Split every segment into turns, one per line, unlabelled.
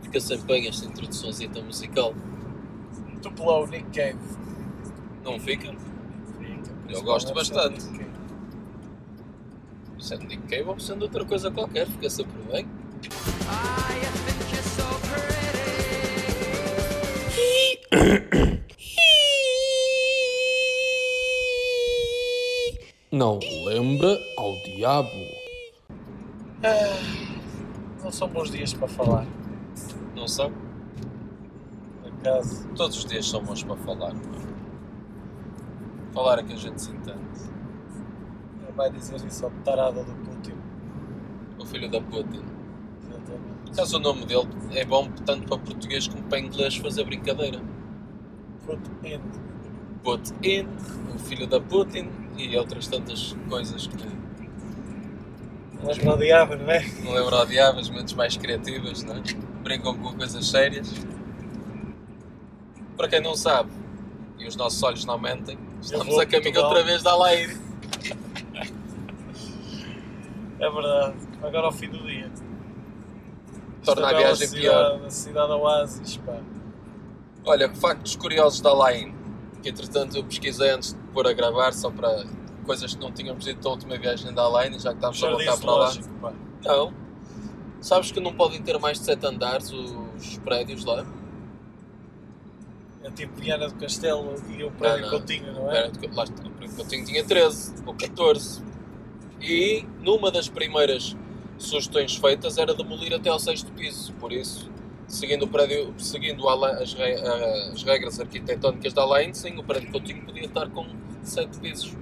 porque eu sempre ganho esta introduçãozinha musical.
Tu pelo Nick Cave.
Não fica? Eu gosto
é
bastante. Sendo Nick Cave ou sendo outra coisa qualquer, fica sempre bem. Não lembra ao diabo.
Ah, não são bons dias para falar,
Não sabe?
por acaso.
Todos os dias são bons para falar. não é? Falar é que a gente se entende.
Não vai dizer isso ao tarado do Putin.
O filho da Putin.
Exatamente.
Caso o nome dele é bom tanto para português como para inglês fazer brincadeira.
Putin.
Putin, o filho da Putin e outras tantas coisas que
Lembra o diabo, não é?
não lembro ao diabo, as mentes mais criativas, não é? Brincam com coisas sérias. Para quem não sabe, e os nossos olhos não mentem, estamos
vou
a
a
caminho
Portugal.
outra vez da Alair.
É verdade. Agora ao fim do dia.
Torna a
Esta bela
viagem
cidade,
pior.
A cidade Oasis, pá.
Olha, factos curiosos da Alain, que entretanto eu pesquisei antes de pôr a gravar, só para coisas que não tínhamos dito da última viagem da Alain, já que estávamos a
Jardim
voltar para lá.
zoológico, Um pá.
Não. Sabes que não podem ter mais de 7 andares os prédios lá?
É tipo Viana do Castelo e o prédio
não.
Coutinho, não é?
Era de- Lá está, o primeiro que eu tinha, tinha 13 ou 14. E numa das primeiras sugestões feitas era demolir até ao sexto piso. Por isso, seguindo, o prédio, seguindo a le- as, re- as regras arquitetónicas da Alain, sim, o prédio Coutinho podia estar com 7 pisos.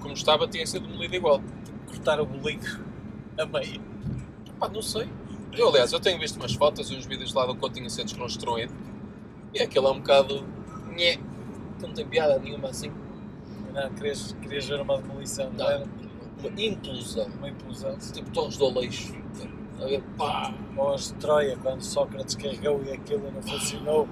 Como estava, tinha sido demolido igual.
Cortar o bolinho a meio.
Pá, não sei. Eu, aliás, eu tenho visto umas fotos e uns vídeos lá do Coutinho a ser desconstruído. E aquilo é um bocado... Nhé. Não tem piada nenhuma assim.
Não, querias, querias ver uma demolição, não,
Não.
era?
Uma implosão.
Uma implosão.
tipo Torres do Aleixo. A ver, pá,
Ou as de Troia, quando Sócrates carregou e aquilo não funcionou.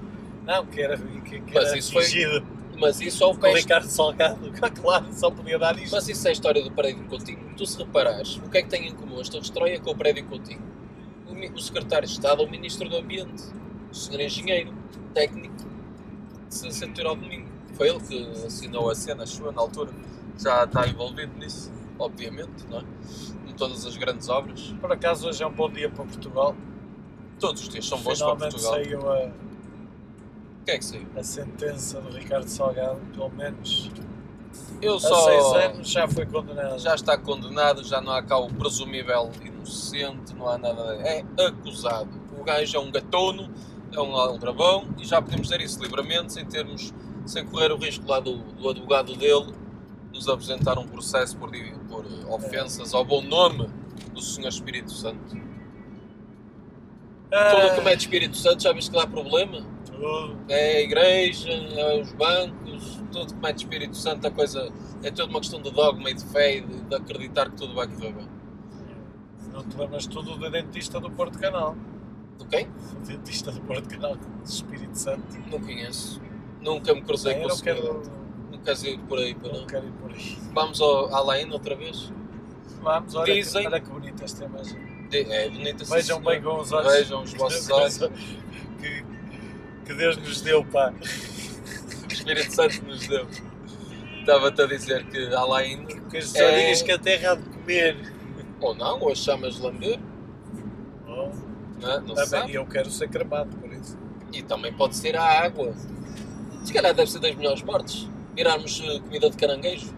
Não, que era, que, que
Mas
era
isso foi
fingido.
Mas isso ao
Com
pé.
o Ricardo Salgado, Ah, claro, só podia dar isto.
Mas isso é a história do prédio Coutinho. Tu se reparares, o que é que tem em comum esta Troia com o prédio Coutinho? O, mi- o secretário de Estado é o ministro do Ambiente, o senhor engenheiro, técnico, licenciatura ao domingo. Foi ele que assinou a cena, acho eu, na altura. Já está envolvido nisso, obviamente, não é? Em todas as grandes obras.
Por acaso hoje é um bom dia para Portugal.
Todos os dias são bons para
Finalmente
Portugal.
saiu a,
O que é que saiu?
a sentença do Ricardo Salgado, pelo menos
Eu
há
só.
seis anos já foi condenado.
já está condenado, já não há cá o presumível inocente, não há nada. É acusado. O gajo é um gatono, é um aldrabão e já podemos dizer isso livremente, sem termos, sem correr o risco lá do, do advogado dele nos apresentar um processo por, di- por eh, ofensas ao bom nome do Senhor Espírito Santo.
Ah,
Tudo o que mete Espírito Santo, já viste que dá problema?
tudo.
É a igreja, é os bancos, tudo que mete Espírito Santo, a coisa é toda uma questão de dogma e de fé e de, de acreditar que tudo vai correr bem.
Não te lembras tudo do dentista do Porto Canal.
Do quem?
O dentista do Porto Canal, de Espírito Santo.
Não conheço. Nunca me cruzei
Bem,
com
eu
o
não
senhor.
quero,
Não queres ir por aí para
não quero ir por aí.
Vamos ao Alain outra vez?
Vamos, olha,
Dizem-
que, olha que bonita esta imagem.
De- É bonita sim,
Vejam
senhor.
bem com os olhos.
Vejam os vossos olhos.
Que, que Deus nos deu, pá.
O Espírito Santo nos deu. Estava-te a dizer que Alain,
Que as
É.
tesourinhas que a terra há de comer.
ou não, ou as chamas de lamber,
Oh,
não, é? não se
também,
sabe.
eu quero ser cremado por isso.
E também pode ser a água. Se calhar deve ser das melhores mortes. Virarmos eh, comida de caranguejo.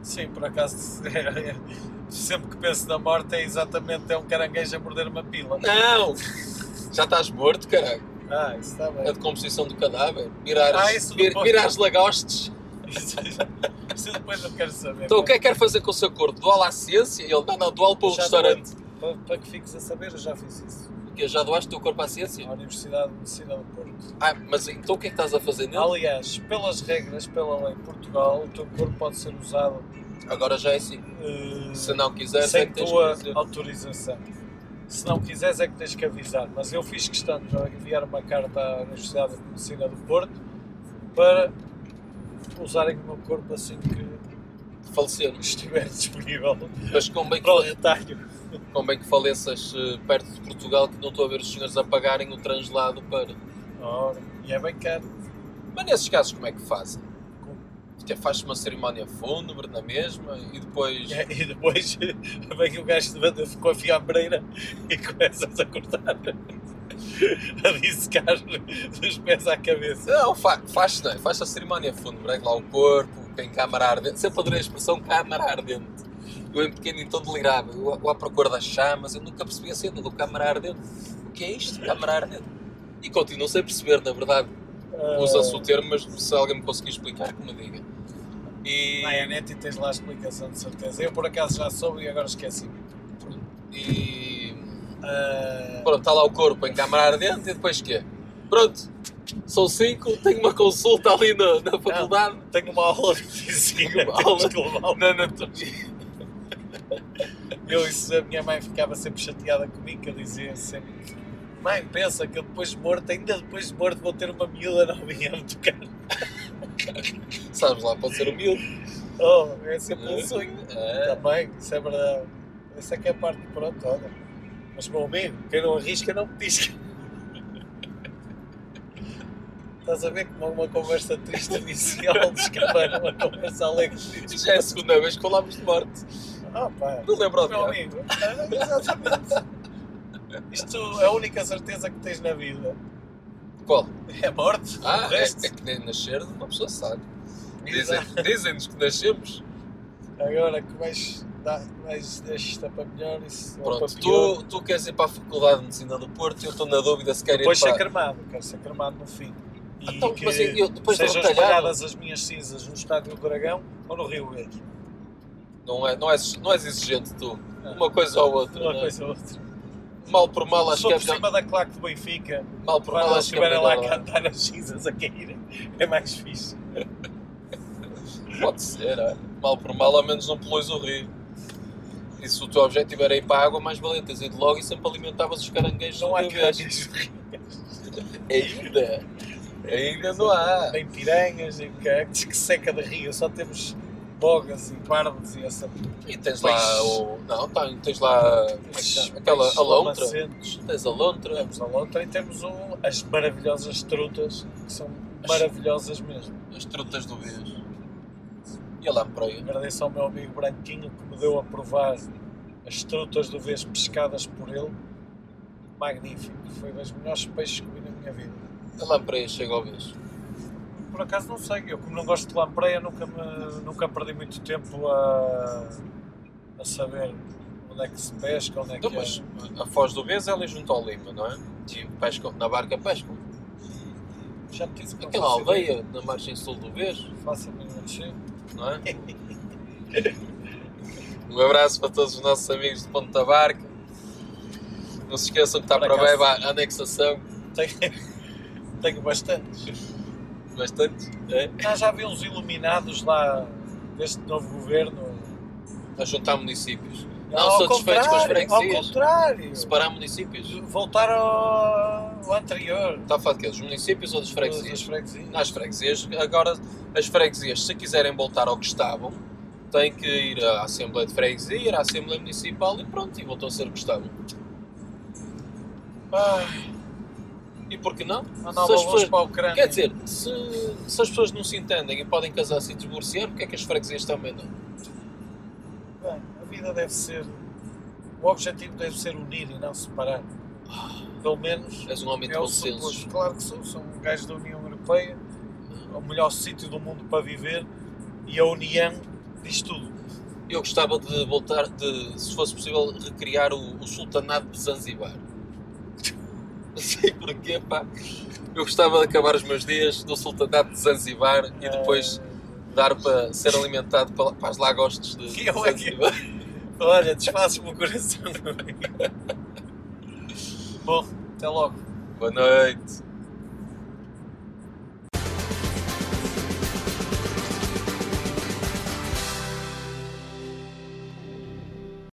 Sim, por acaso, sempre que penso na morte é exatamente é um caranguejo a morder uma pila.
Não! Já estás morto, caralho.
Ah, isso está
A
bem.
decomposição do cadáver. Virares,
Ah, isso
vir-
depois.
virares lagostes.
Isso depois eu quero saber.
Então o que é que quer fazer com o seu corpo? Doá-lo à ciência? Ele, não, não, doá-lo para o
Já
restaurante.
Para, para que fiques a saber, eu já fiz isso.
Porque já doaste o teu corpo à ciência?
Na Universidade de Medicina do Porto.
Ah, mas então o que é que estás a fazer nele?
Aliás, pelas regras, pela lei de Portugal, o teu corpo pode ser usado
Agora já é assim.
eh,
Se não quiseres, é
sem
que tens que
tua
dizer.
autorização. Se não quiseres, é que tens que avisar. Mas eu fiz questão de enviar uma carta à Universidade de Medicina do Porto para usarem o meu corpo assim que
falecer.
estiver disponível
Mas convém
para o
que,
retalho.
convém que faleças eh, perto de Portugal, que não estou a ver os senhores a pagarem o translado para.
Ora, e é bem caro.
Mas nesses casos, como é que fazem?
Como?
Até faz-se uma cerimónia fúnebre na mesma e depois.
E e depois vem o gajo de banda com a fiambreira e começas a cortar, a dissecar dos pés à cabeça.
Não, fa faz não é? Faz a cerimónia fúnebre, é que lá o corpo, tem câmara ardente. Sempre adorei a expressão câmara ardente. Eu em pequeno então delirava, eu lá- lá para cor das chamas, eu nunca percebi a cena do câmara ardente. O que é isto, câmara ardente? E continuo sem perceber, na verdade, usa-se o termo, mas se alguém me conseguir explicar, que me diga. E,
Na net e tens lá a explicação de certeza. Eu por acaso já soube e agora esqueci.
e
Ah,
pronto, está lá o corpo em câmara ardente e depois quê? Pronto, sou cinco, tenho uma consulta ali na, na faculdade.
tenho uma aula de física,
Uma
temos
aula.
que levá-lo.
Na anatomia.
Eu, isso, a minha mãe ficava sempre chateada comigo, que eu dizia sempre: Mãe, pensa que eu depois de morto, ainda depois de morto, vou ter uma miúda novinha a me tocar.
Sabes lá, pode ser humilde.
Oh, é sempre um sonho.
É.
Também, isso é verdade. Essa é que é a parte, pronto, olha. Mas, meu amigo, quem não arrisca não pisca. Estás a ver como uma conversa triste inicial de escapar uma conversa alegre.
Já é a segunda vez que falámos de morte.
Ah, pá.
Não lembro ao
Meu
diabo.
amigo, ah, exatamente. Isto é a única certeza que tens na vida.
Qual?
É a morte.
Ah,
o
é,
resto.
é que nem nascer uma pessoa sabe. Dizem-
Exato.
Dizem-nos que nascemos.
Agora que vais, dar- vais deixar para melhor isso. ou
Pronto,
para pior.
tu, tu queres ir para a Faculdade de Medicina do Porto e eu estou na dúvida se quero ir
Depois ser
para...
cremado, quero ser cremado no fim. E
Então,
que
mas eu- depois de
sejam
retalhado-
espalhadas as minhas cinzas no estádio do Dragão ou no Rio Verde.
Não, é, não, és, não és exigente tu. Uma coisa ou outra.
Uma
não é?
coisa ou outra.
Mal por mal acho
Só
que é
por
melhor.
cima da claque do Benfica,
Mal por
quando
mal
elas
acho que é
estiverem lá a
melhor.
cantar as cinzas a caírem, é mais fixe.
Pode ser, olha. Mal por mal ao menos não poluis o rio. E se o teu objetivo era ir para a água, mais valia teres ido logo e sempre alimentavas os caranguejos.
Não há
de vez.
caranguejos,
Ainda. Ainda não há.
nem piranhas, nem cactos, que seca de rio, só temos bogas e pardos e essa.
E tens lá o. Não, tá- tens lá. como é que se chama? Aquela. A lontra.
Lamacentos.
Tens a lontra.
Temos a lontra e temos o, as maravilhosas trutas, que são maravilhosas mesmo.
As trutas do Vês. E a lampreia.
Agradeço ao meu amigo Branquinho que me deu a provar as trutas do vez pescadas por ele. Magnífico. Foi dos melhores peixes que comi na minha vida.
A lampreia chega ao Vês.
Por acaso não sei, eu como não gosto de lampreia nunca, me- nunca perdi muito tempo a, a saber onde é que se pesca, onde é
Então,
que
mas
é.
a Foz do Vês é ali junto ao Lima, não é? E pescam, na barca pescam.
Já te disse que não
Aquela
faço ideia.
aldeia na margem sul do Vês,
Faça a mínima descer.
não é? Um abraço para todos os nossos amigos de Ponta Barca. Não se esqueçam que está
Por
para
acaso-
breve a anexação.
Tenho, tenho bastantes.
Bastante. É?
Ah, já vi uns iluminados lá deste novo governo.
A juntar municípios. Não
Ao
satisfeitos com as
contrário, Ao
freguesias.
contrário.
Separar municípios.
voltar ao, ao anterior.
Está a falar de quê? Dos municípios ou dos
Dos
freguesias?
freguesias.
As freguesias. Agora, as freguesias, se quiserem voltar ao que estavam, têm que ir à Assembleia de Freguesia, ir à Assembleia Municipal e pronto, e voltou a ser o que estavam.
Ai,
E por que não?
mandar
Se as
balões
pessoas-
Ah, para a Ucrânia.
Quer dizer, se, se as pessoas não se entendem e podem casar-se e divorciar, porque é que as freguesias também não?
Bem, a vida deve ser. O objetivo deve ser unir e não separar. Pelo menos
És um homem de
é o
bom senso.
suposto. Claro que sou. Sou um gajo da União Europeia. É o melhor sítio do mundo para viver. E a união diz tudo.
Eu gostava de voltar, de, se fosse possível, recriar o, o Sultanado de Zanzibar. Não sei porquê, pá. Eu gostava de acabar os meus dias no Sultanado de Zanzibar e depois dar para ser alimentado pela- para as lagostes de
Que eu é que-
Zanzibar.
Ah, olha, desfazes-me o coração. Bom, até logo.
Boa noite.